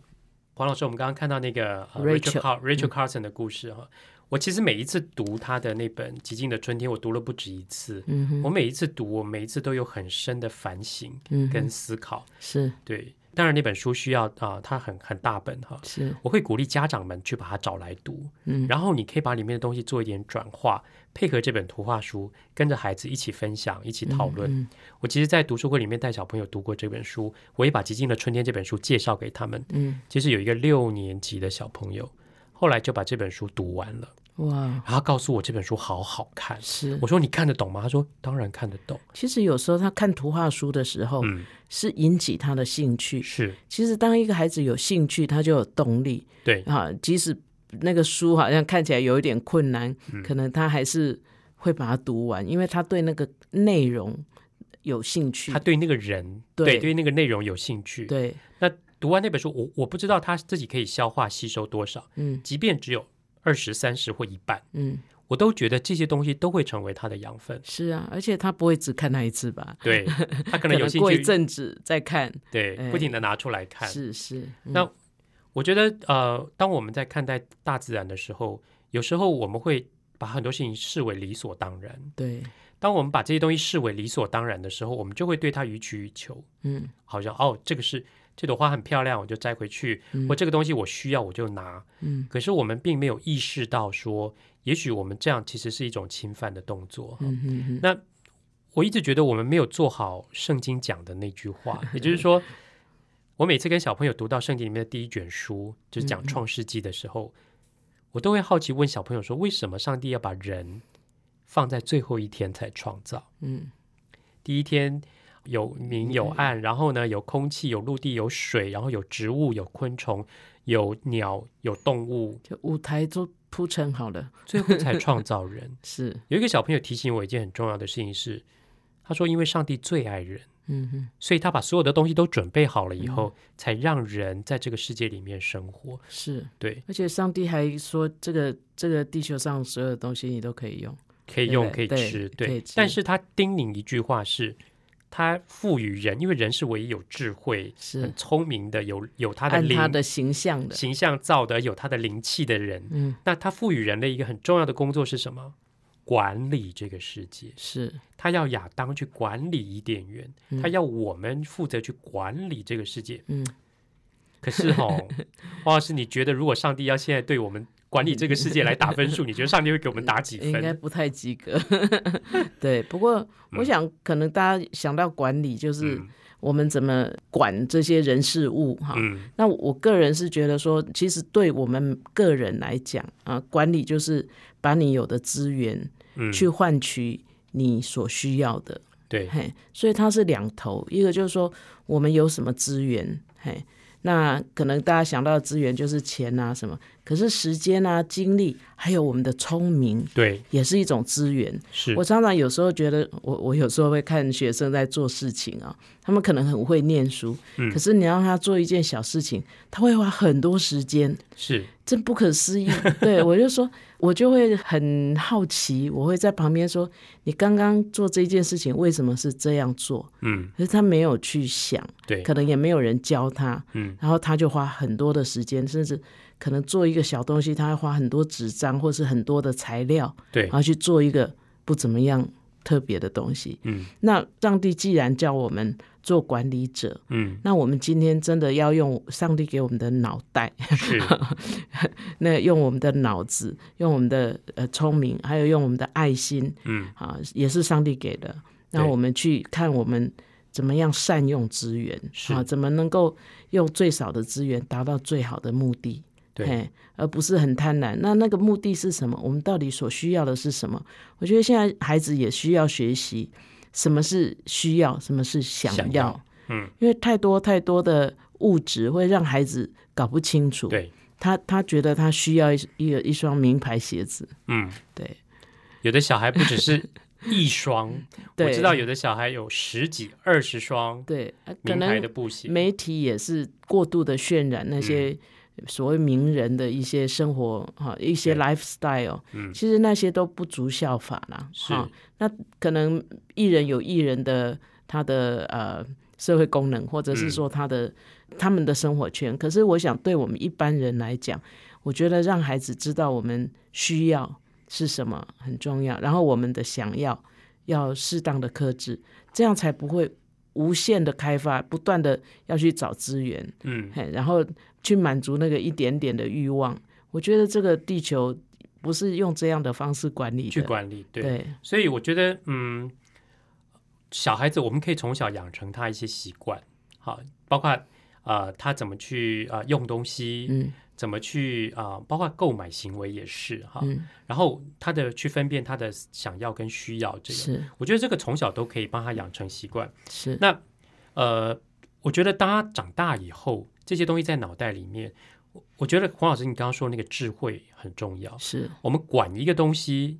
C: 黄老师，我们刚刚看到那个、
B: Rachel
C: 呃、
B: 嗯
C: Rachel Car- Rachel Carson 的故事哈、我其实每一次读他的那本《寂静的春天》，我读了不止一次。
B: 嗯哼，
C: 我每一次读，我每一次都有很深的反省
B: 嗯
C: 跟思考。
B: 是
C: 对，当然那本书需要啊、它很很大本哈。
B: 是，
C: 我会鼓励家长们去把它找来读，
B: 嗯
C: 然后你可以把里面的东西做一点转化，配合这本图画书，跟着孩子一起分享、一起讨论。
B: 嗯
C: 我其实，在读书会里面带小朋友读过这本书，我也把《极尽的春天》这本书介绍给他们。
B: 嗯，
C: 其实有一个六年级的小朋友，后来就把这本书读完了，
B: 嗯哇，
C: 然后他告诉我这本书好好看。
B: 是
C: 我。说你看得懂吗？他说当然看得懂。
B: 其实有时候他看图画书的时候，
C: 嗯，
B: 是引起他的兴趣。
C: 是
B: 其实当一个孩子有兴趣，他就有动力
C: 对，
B: 啊。即使那个书好像看起来有一点
C: 嗯
B: 困难，可能他还是会把它读完，因为他对那个内容有兴趣
C: 他。对那个人，
B: 对
C: 对对那个内容有兴趣。，
B: 对，
C: 那读完那本书，我我不知道他自己可以消化吸收多少，
B: 嗯
C: 即便只有二十三十或一半，
B: 嗯，
C: 我都觉得这些东西都会成为他的养分。
B: 是啊，而且他不会只看那一次吧？ <laughs>
C: 对他可
B: 可
C: 能
B: 能
C: 有兴
B: 过一
C: 趣，
B: 阵子再看。
C: 对，
B: 哎
C: 不停的拿出来看。
B: 是是，嗯
C: 那我觉得呃，当我们在看待大自然的时候，有时候我们会把很多事情视为理所当然。
B: 对，
C: 当我们把这些东西视为理所当然的时候，我们就会对它予取予求，
B: 嗯
C: 好像哦，这个是这朵花很漂亮，我就摘回去；
B: 嗯
C: 或这个东西我需要，我就拿。
B: 嗯
C: 可是我们并没有意识到说，也许我们这样其实是一种侵犯的动作。
B: 嗯嗯嗯，
C: 那我一直觉得我们没有做好圣经讲的那句话，也就是说，我每次跟小朋友读到圣经里面的第一卷书，就是讲创世纪的时候，我都会好奇问小朋友说，为什么上帝要把人放在最后一天才创造？
B: 嗯，
C: 第一天有明有暗，然后呢有空气、有陆地、有水，然后有植物、有昆虫、有鸟、有动物，
B: 就舞台都铺陈好了，
C: 最后才创造人。
B: 是，
C: 有一个小朋友提醒我一件很重要的事情是，他说因为上帝最爱人。
B: 嗯嗯，
C: 所以他把所有的东西都准备好了以后，才让人在这个世界里面生活。
B: 是。
C: 对，
B: 而且上帝还说，这个这个地球上所有的东西你都可以用。
C: 可以用，可
B: 对
C: 以吃，
B: 对可以吃
C: 但是他叮咛一句话是，他赋予人，因为人是唯一有智慧、
B: 是
C: 很聪明的，有有他的
B: 按
C: 灵
B: 他的形象的，
C: 形象造的，有他的灵气的人。
B: 嗯，
C: 那他赋予人的一个很重要的工作是什么？管理这个世界，
B: 是
C: 他要亚当去管理伊甸园，他要我们负责去管理这个世界。
B: 嗯，
C: 可是哦，
B: <laughs>
C: 王老师，你觉得如果上帝要现在对我们管理这个世界来打分数，你觉得上帝会给我们打几
B: 应该
C: 分？
B: 不太及格。 <laughs> 对，不过我想可能大家想到管理，就是
C: 嗯
B: 我们怎么管这些人事物哈。
C: 嗯，
B: 那我个人是觉得说，其实对我们个人来讲啊，管理就是把你有的资源
C: 嗯
B: 去换取你所需要的。
C: 对，
B: 嘿，所以它是两头，一个就是说我们有什么资源，嘿，那可能大家想到的资源就是钱啊什么，可是时间啊、精力，还有我们的聪明，
C: 对，
B: 也是一种资源。
C: 是
B: 我，常常有时候觉得，我我有时候会看学生在做事情啊、他们可能很会念书，
C: 嗯
B: 可是你让他做一件小事情，他会花很多时间，
C: 是，
B: 真不可思议。 <laughs> 对我就说，我就会很好奇，我会在旁边说，你刚刚做这件事情为什么是这样做？
C: 嗯，
B: 可是他没有去想，
C: 对
B: 可，能也没有人教他，
C: 嗯，
B: 然后他就花很多的时间，甚至可能做一个小东西，他要花很多纸张或是很多的材料，
C: 对
B: 然，后去做一个不怎么样特别的东西。
C: 嗯
B: 那上帝既然叫我们做管理者，
C: 嗯，
B: 那我们今天真的要用上帝给我们的脑袋， <laughs>
C: 是，
B: 那用我们的脑子，用我们的呃聪明，还有用我们的爱心
C: 嗯
B: 啊，也是上帝给的。那
C: 对
B: 我们去看我们怎么样善用资源
C: 是
B: 啊，怎么能够用最少的资源达到最好的目的。
C: 对
B: 嘿，而不是很贪婪。那那个目的是什么？我们到底所需要的是什么？我觉得现在孩子也需要学习什么是需要，什么是想
C: 想
B: 要。
C: 要嗯，
B: 因为太多太多的物质会让孩子搞不清楚。
C: 对，
B: 他他觉得他需要一一个一双名牌鞋子，
C: 嗯，
B: 对
C: 有的小孩不只是一双，
B: <laughs> 对
C: 我知道有的小孩有十几、二十双
B: 对，啊可
C: 名牌的
B: 能
C: 布鞋，嗯
B: 媒体也是过度的渲染那些所谓名人的一些生活哈、一些
C: 对
B: lifestyle，
C: 嗯
B: 其实那些都不足效法啦。
C: 是
B: 哈那可能艺人有艺人的他的呃社会功能，或者是
C: 嗯
B: 说他的、他们的生活圈，可是我想对我们一般人来讲，我觉得让孩子知道我们需要是什么很重要，然后我们的想要要适当的克制，这样才不会无限的开发，不断的要去找资源，
C: 嗯，
B: 嘿，然后去满足那个一点点的欲望。我觉得这个地球不是用这样的方式管理的，
C: 去管理，对，
B: 对
C: 所以我觉得，嗯，小孩子我们可以从小养成他一些习惯，好，包括呃他怎么去啊、呃用东西，
B: 嗯
C: 怎么去啊、呃包括购买行为也是哈，
B: 嗯
C: 然后他的去分辨他的想要跟需要这个，
B: 是
C: 我觉得这个从小都可以帮他养成习惯。
B: 是
C: 那呃，我觉得当他长大以后，这些东西在脑袋里面，我我觉得黄老师你刚刚说那个智慧很重要，
B: 是
C: 我们管一个东西，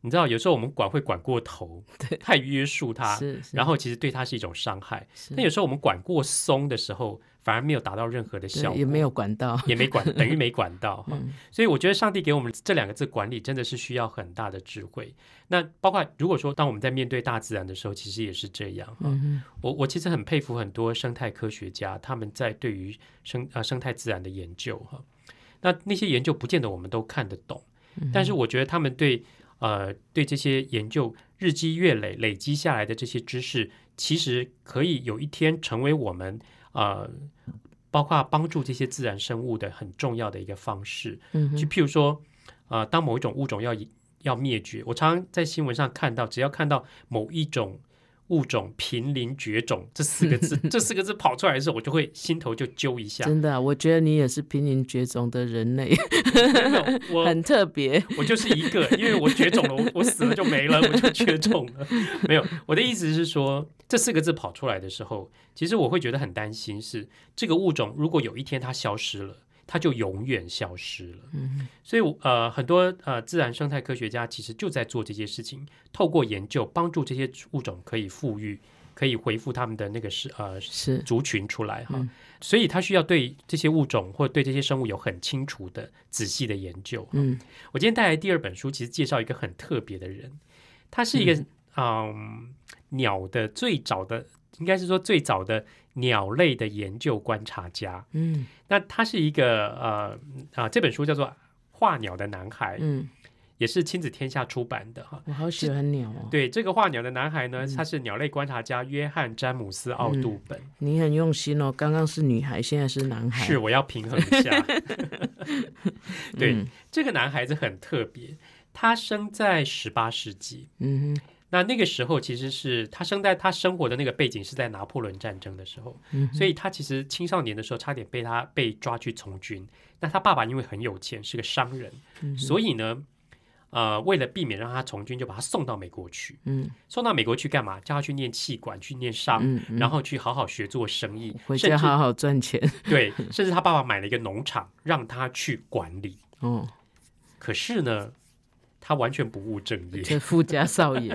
C: 你知道，有时候我们管会管过头，太约束他，
B: 是是
C: 啊然后其实对他是一种伤害。
B: 是
C: 那有时候我们管过松的时候，反而没有达到任何的效
B: 对
C: 果，
B: 也没有嗯管到，
C: 也
B: <laughs>
C: 没管，等于没管到哈。所以我觉得上帝给我们这两个字“管理”真的是需要很大的智慧。那包括如果说当我们在面对大自然的时候，其实也是这样哈。
B: 嗯
C: 我我其实很佩服很多生态科学家，他们在对于生啊、生态自然的研究哈。那那些研究不见得我们都看得懂，但是我觉得他们对呃对这些研究日积月累累积下来的这些知识，其实可以有一天成为我们呃包括帮助这些自然生物的很重要的一个方式。
B: 嗯
C: 就譬如说，呃，当某一种物种要要灭绝，我常常在新闻上看到，只要看到某一种物种濒临绝种这四个字，这四个字跑出来的时候，我就会心头就揪一下。
B: 真的啊、我觉得你也是濒临绝种的人类，
C: 真的，我
B: <laughs> 很特别。
C: 我就是一个，因为我绝种了，我我死了就没了，我就绝种了。没有，我的意思是说，这四个字跑出来的时候，其实我会觉得很担心是，这个物种如果有一天它消失了，它就永远消失了。
B: 嗯，
C: 所以我呃，很多呃自然生态科学家其实就在做这些事情，透过研究帮助这些物种可以富裕，可以恢复它们的那个 <laughs> 是呃
B: 是
C: 族群出来哈。
B: 嗯
C: 所以它需要对这些物种或对这些生物有很清楚的、仔细的研究。
B: 嗯，
C: 我今天带来第二本书，其实介绍一个很特别的人，他是一个嗯鸟的最早的，应该是说最早的鸟类的研究观察家。
B: 嗯
C: 那他是一个呃啊，这本书叫做《画鸟的男孩》，
B: 嗯，
C: 也是亲子天下出版的哈。
B: 我好喜欢鸟哦，
C: 对，这个画鸟的男孩
B: 嗯
C: 呢，他是鸟类观察家约翰·詹姆斯·奥杜本。
B: 你很用心哦。刚刚是女孩，现在是男孩，
C: 是，我要平衡一
B: <laughs>
C: 下。对，
B: 嗯
C: 这个男孩子很特别，他生在十八世纪。
B: 嗯哼
C: 那那个时候其实是他生在他生活的那个背景是在拿破仑战争的时候，
B: 嗯
C: 所以他其实青少年的时候差点被他被抓去从军。那他爸爸因为很有钱，是个商人，
B: 嗯
C: 所以呢，呃，为了避免让他从军，就把他送到美国去。
B: 嗯
C: 送到美国去干嘛？叫他去念气管，去念商，
B: 嗯嗯，
C: 啊然后去好好学做生意，
B: 回
C: 甚
B: 家
C: 至
B: 好好赚钱
C: 对， <laughs> 甚至他爸爸买了一个农场让他去管理。
B: 哦，
C: 可是呢，他完全不务正业，
B: 这富家少
C: <laughs>
B: 爷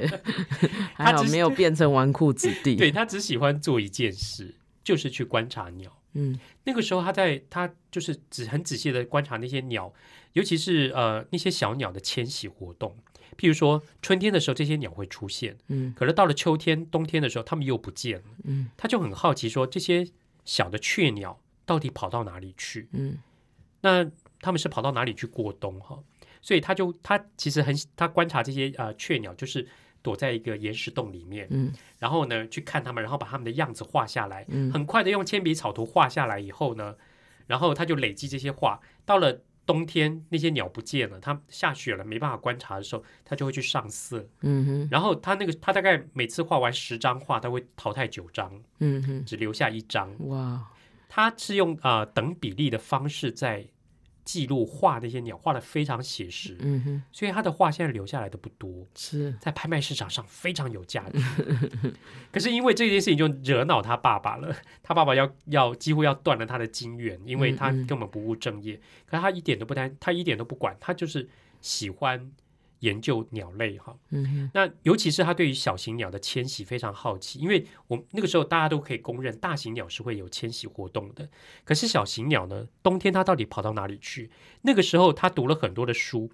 B: 还好
C: 只是
B: 没有变成纨绔子弟。
C: 对，他只喜欢做一件事，就是去观察鸟。
B: 嗯
C: 那个时候，他在他就是只很仔细的观察那些鸟，尤其是呃那些小鸟的迁徙活动。譬如说，春天的时候这些鸟会出现，
B: 嗯
C: 可是到了秋天、冬天的时候，它们又不见了。
B: 嗯
C: 他就很好奇说，这些小的雀鸟到底跑到哪里去？
B: 嗯
C: 那他们是跑到哪里去过冬哈？所以他就他其实很他观察这些呃雀鸟，就是躲在一个岩石洞里面，
B: 嗯，
C: 然后呢去看它们，然后把它们的样子画下来，
B: 嗯
C: 很快的用铅笔草图画下来以后呢，然后他就累积这些画，到了。冬天那些鸟不见了，它下雪了没办法观察的时候，它就会去上色。
B: 嗯哼
C: 然后它那个它大概每次画完十张画，它会淘汰九张，
B: 嗯哼，
C: 只留下一张。
B: 哇，
C: 他是用啊、呃等比例的方式在记录画那些鸟，画的非常写实，
B: 嗯哼
C: 所以他的画现在留下来的不多，
B: 是。
C: 在拍卖市场上非常有价值。可是因为这件事情就惹恼他爸爸了，他爸爸要要几乎要断了他的金源，因为他
B: 嗯嗯
C: 根本不务正业。可是他一点都不担，他一点都不管，他就是喜欢研究鸟类哈。
B: 嗯
C: 那尤其是他对于小型鸟的迁徙非常好奇，因为我那个时候大家都可以公认，大型鸟是会有迁徙活动的。可是小型鸟呢，冬天它到底跑到哪里去？那个时候他读了很多的书，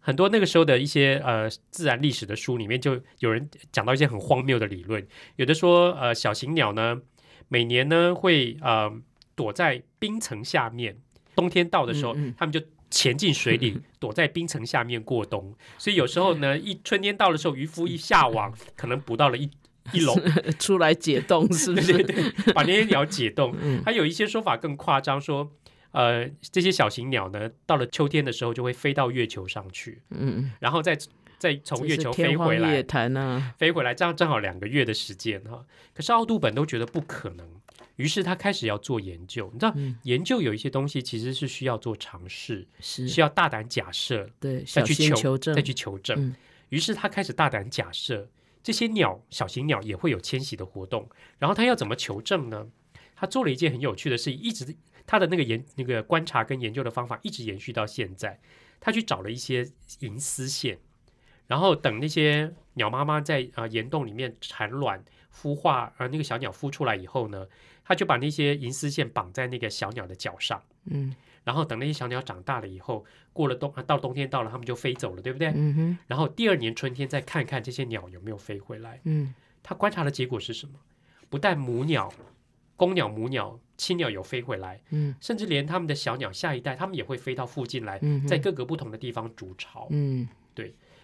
C: 很多那个时候的一些呃自然历史的书里面，就有人讲到一些很荒谬的理论，有的说呃小型鸟呢，每年呢会呃躲在冰层下面，冬天到的时候，
B: 嗯嗯
C: 它们就。潜进水里，躲在冰层下面过冬，所以有时候呢，一春天到的时候，
B: <laughs>
C: 渔夫一下网，可能捕到了一一笼，
B: 哼，出来解冻是不
C: 对
B: 是？
C: 对对，把那些鸟解冻。
B: 嗯
C: 还有一些说法更夸张，说呃，这些小型鸟呢，到了秋天的时候就会飞到月球上去，
B: 嗯，
C: 然后再再从
B: 这
C: 月
B: 是
C: 球飞
B: 天方
C: 回
B: 夜
C: 来，
B: 谭啊，
C: 飞回来，这样正好两个月的时间哈。可是奥杜本都觉得不可能，于是他开始要做研究。你知道，
B: 嗯
C: 研究有一些东西其实是需要做尝试，
B: 是
C: 需要大胆假设，
B: 对，
C: 再
B: 小
C: 去
B: 心
C: 求
B: 求证
C: 再，去求证。
B: 嗯
C: 于是他开始大胆假设，这些鸟小型鸟也会有迁徙的活动，然后他要怎么求证呢？他做了一件很有趣的事，一直他的那个研那个观察跟研究的方法一直延续到现在。他去找了一些银丝线，然后等那些鸟妈妈在啊、呃岩洞里面产卵孵化，而、那个小鸟孵出来以后呢，它就把那些银丝线绑在那个小鸟的脚上，
B: 嗯
C: 然后等那些小鸟长大了以后，过了冬啊到冬天到了，它们就飞走了，对不对？
B: 嗯哼，
C: 然后第二年春天再看看这些鸟有没有飞回来。
B: 嗯
C: 他观察的结果是什么？不但母鸟、公鸟、母鸟、亲鸟有飞回来，
B: 嗯
C: 甚至连他们的小鸟下一代，他们也会飞到附近来，
B: 嗯哼
C: 在各个不同的地方筑巢。
B: 嗯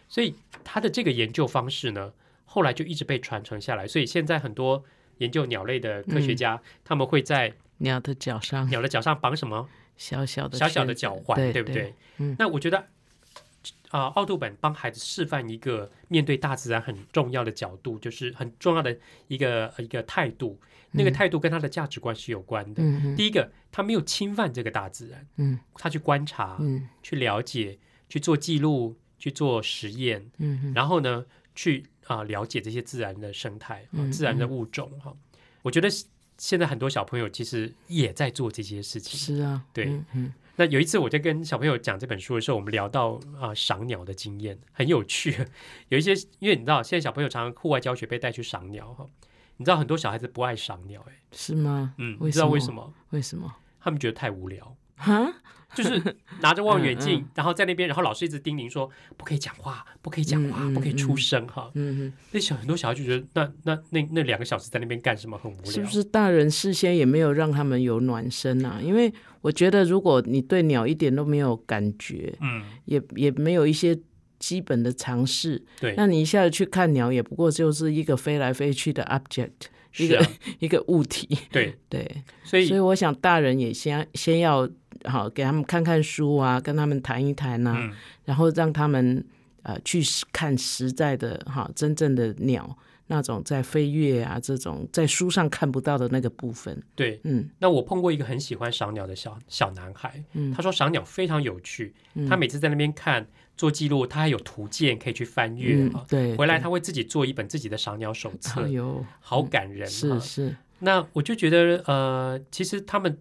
C: 所以他的这个研究方式呢，后来就一直被传承下来。所以现在很多研究鸟类的科
B: 嗯
C: 学家，他们会在
B: 鸟的脚上
C: 鸟的脚上绑什么
B: 小小的
C: 小小的
B: 圈
C: 脚
B: 子
C: 环，
B: 对
C: 不对？？
B: 嗯
C: 那我觉得，啊、奥杜本帮孩子示范一个面对大自然很重要的角度，就是很重要的一个呃一个态度。那个态度跟他的价值观是有关的。
B: 嗯哼
C: 第一个，他没有侵犯这个大自然，
B: 嗯
C: 他去观察、
B: 嗯
C: 去了解、去做记录、去做实验，
B: 嗯哼
C: 然后呢，去啊、了解这些自然的生态、啊
B: 嗯
C: 自然的物种哈、我觉得现在很多小朋友其实也在做这些事情。
B: 是啊，
C: 对
B: 嗯嗯
C: 那有一次我在跟小朋友讲这本书的时候，我们聊到啊、赏鸟的经验，很有趣。 <laughs> 有一些因为你知道，现在小朋友常常户外教学被带去赏鸟哈，你知道很多小孩子不爱赏鸟、欸，
B: 是吗？
C: 嗯，你知道为什
B: 么？
C: 么？
B: 为什么？
C: 他们觉得太无聊，
B: 哈，
C: 就是拿着望远
B: 嗯
C: 镜，然后在那边，然后老师一直叮咛说不可以讲话，不可以讲话，
B: 嗯嗯
C: 不可以出声哈。
B: 嗯
C: 那小很多小孩就觉得那那那那两个小时在那边干什么很无
B: 哼，
C: 聊，
B: 是不是大人事先也没有让他们有暖身
C: 嗯
B: 啊？因为我觉得，如果你对鸟一点都没有感觉，
C: 嗯，
B: 也也没有一些基本的尝试，
C: 对，
B: 那你一下子去看鸟，也不过就是一个飞来飞去的 object，一
C: 是
B: 个、
C: 啊，
B: 一个物体。 <laughs>
C: 对，
B: 对，
C: 所以
B: 所以我想大人也先先要好给他们看看书啊，跟他们谈一谈啊，
C: 嗯
B: 然后让他们呃去实看实在的哈，真正的鸟那种在飞跃啊，这种在书上看不到的那个部分。
C: 对，
B: 嗯
C: 那我碰过一个很喜欢赏鸟的小小男孩，
B: 嗯
C: 他说赏鸟非常有趣，他每次在那边看做记录，他还有图鉴可以去翻阅、
B: 嗯
C: 啊，。
B: 对，
C: 回来他
B: 对。
C: 会自己做一本自己的赏鸟手册
B: 哎，呦，
C: 好感人
B: 是
C: 啊！
B: 是，
C: 那我就觉得，呃，其实他们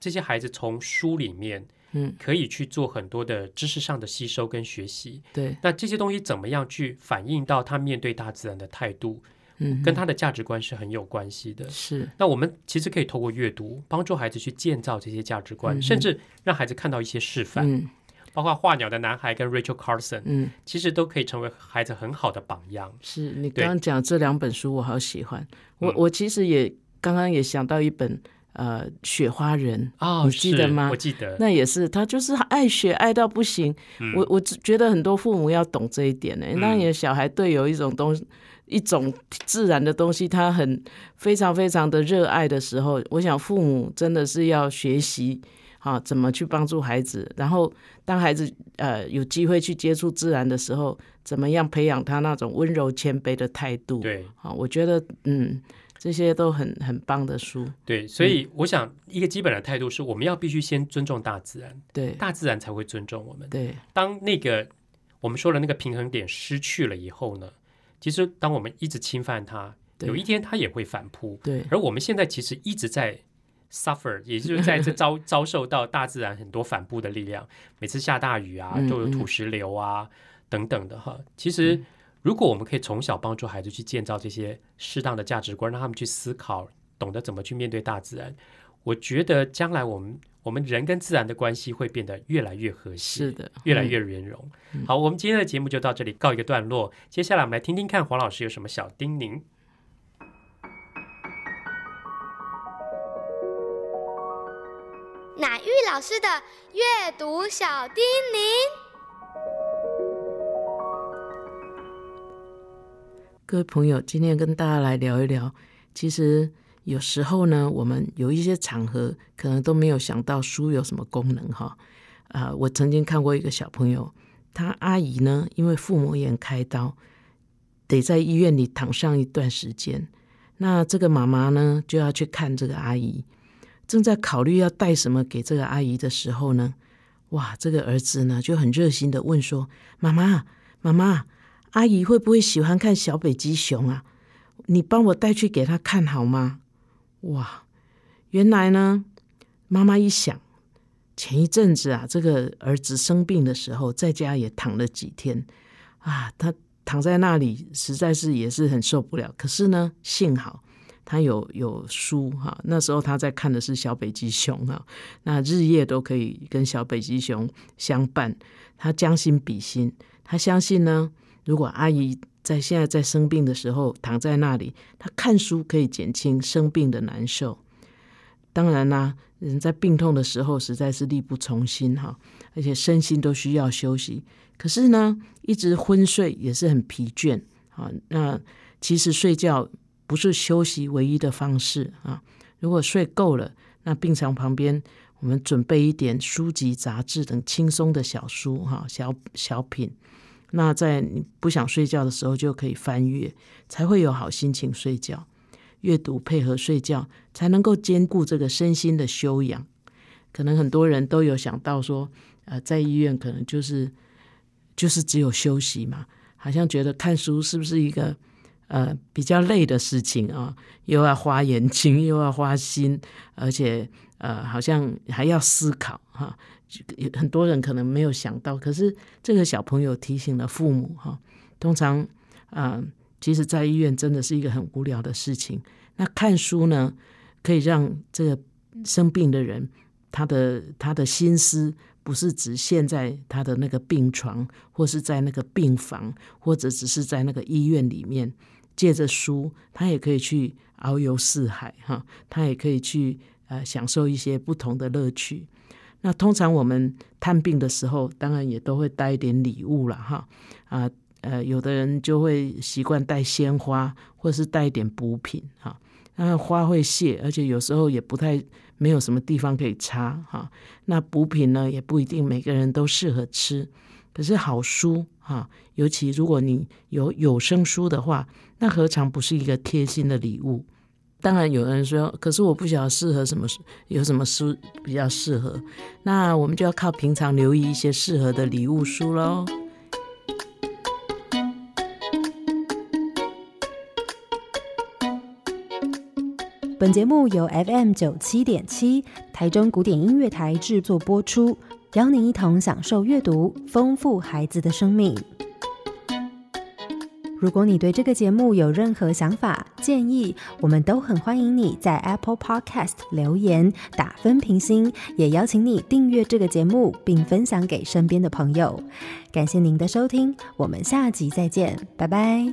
C: 这些孩子从书里面，
B: 嗯，
C: 可以去做很多的知识上的吸收跟学习。
B: 对，
C: 那这些东西怎么样去反映到他面对大自然的态度，
B: 嗯，
C: 跟他的价值观是很有关系的。
B: 是，
C: 那我们其实可以透过阅读帮助孩子去建造这些价值
B: 嗯
C: 观，
B: 哼
C: 甚至让孩子看到一些示范，
B: 嗯
C: 包括画鸟的男孩跟 Rachel Carson，、
B: 嗯，
C: 其实都可以成为孩子很好的榜样。
B: 是你
C: 对
B: 刚刚讲这两本书，我好喜欢。我、
C: 嗯
B: 我其实也刚刚也想到一本呃《雪花人》
C: 哦，
B: 你记得
C: 是
B: 吗
C: 我？记得。
B: 那也是，他就是爱雪爱到不行。我我只觉得很多父母要懂这一点呢、
C: 嗯
B: 让你的小孩对有一种东一种自然的东西，他很非常非常的热爱的时候，我想父母真的是要学习。啊，怎么去帮助孩子？然后当孩子呃有机会去接触自然的时候，怎么样培养他那种温柔谦卑的态度？，
C: 对
B: 啊，我觉得嗯，这些都很很棒的书。
C: 对，所以我想一个基本的态度是，我们要必须先尊重大自然，
B: 对
C: 大自然才会尊重我们。
B: 对，
C: 当那个我们说的那个平衡点失去了以后呢，其实当我们一直侵犯它，
B: 对
C: 有一天它也会反扑。
B: 对
C: 而我们现在其实一直在 suffer，也就是在
B: <laughs>
C: 这遭遭受到大自然很多反扑的力量。每次下大雨啊，
B: 嗯
C: 都有土石流啊、等等的哈。其实，如果我们可以从小帮助孩子去建造这些适当的价值观，让他们去思考，懂得怎么去面对大自然，我觉得将来我们我们人跟自然的关系会变得越来越和谐。
B: 是的，
C: 越来
B: 嗯
C: 越圆融。好，我们今天的节目就到这里告一个段落。接下来我们来听听看黄老师有什么小叮咛。
E: 乃玉老师的阅读小叮咛。
B: 各位朋友，今天跟大家来聊一聊，其实有时候呢，我们有一些场合可能都没有想到书有什么功能哈。啊、我曾经看过一个小朋友，他阿姨呢，因为腹膜炎开刀，得在医院里躺上一段时间。那这个妈妈呢，就要去看这个阿姨，正在考虑要带什么给这个阿姨的时候呢，哇，这个儿子呢就很热心的问说：“妈妈，妈妈，阿姨会不会喜欢看小北极熊啊？你帮我带去给她看好吗？”哇，原来呢，妈妈一想，前一阵子啊，这个儿子生病的时候，在家也躺了几天啊，他躺在那里实在是也是很受不了。可是呢，幸好他有有书哈，那时候他在看的是小北极熊哈，那日夜都可以跟小北极熊相伴。他将心比心，他相信呢，如果阿姨在现在在生病的时候躺在那里，他看书可以减轻生病的难受。当然啦、人在病痛的时候实在是力不从心哈，而且身心都需要休息。可是呢，一直昏睡也是很疲倦啊。那其实睡觉不是休息唯一的方式啊。如果睡够了，那病床旁边我们准备一点书籍、杂志等轻松的小书哈、小小品。那在你不想睡觉的时候就可以翻阅，才会有好心情睡觉。阅读配合睡觉，才能够兼顾这个身心的修养。可能很多人都有想到说，呃，在医院可能就是就是只有休息嘛，好像觉得看书是不是一个呃比较累的事情啊？又要花眼睛，又要花心，而且呃好像还要思考哈、就有很多人可能没有想到，可是这个小朋友提醒了父母哈、通常啊、呃其实在医院真的是一个很无聊的事情。那看书呢，可以让这个生病的人他的他的心思不是只陷在他的那个病床，或是在那个病房，或者只是在那个医院里面，借着书，他也可以去遨游四海哈，他也可以去呃享受一些不同的乐趣。那通常我们探病的时候，当然也都会带一点礼物了哈，啊呃，有的人就会习惯带鲜花，或是带一点补品哈。那花会谢，而且有时候也不太没有什么地方可以插哈。那补品呢，也不一定每个人都适合吃。可是好书哈，尤其如果你有有声书的话，那何尝不是一个贴心的礼物？当然有人说，可是我不晓得适合什么书，有什么书比较适合？那我们就要靠平常留意一些适合的礼物书喽。
A: 本节目由 FM 九七点七台中古典音乐台制作播出，邀您一同享受阅读，丰富孩子的生命。如果你对这个节目有任何想法、建议，我们都很欢迎你在 Apple Podcast 留言打分评星，也邀请你订阅这个节目并分享给身边的朋友。感谢您的收听，我们下集再见，拜拜。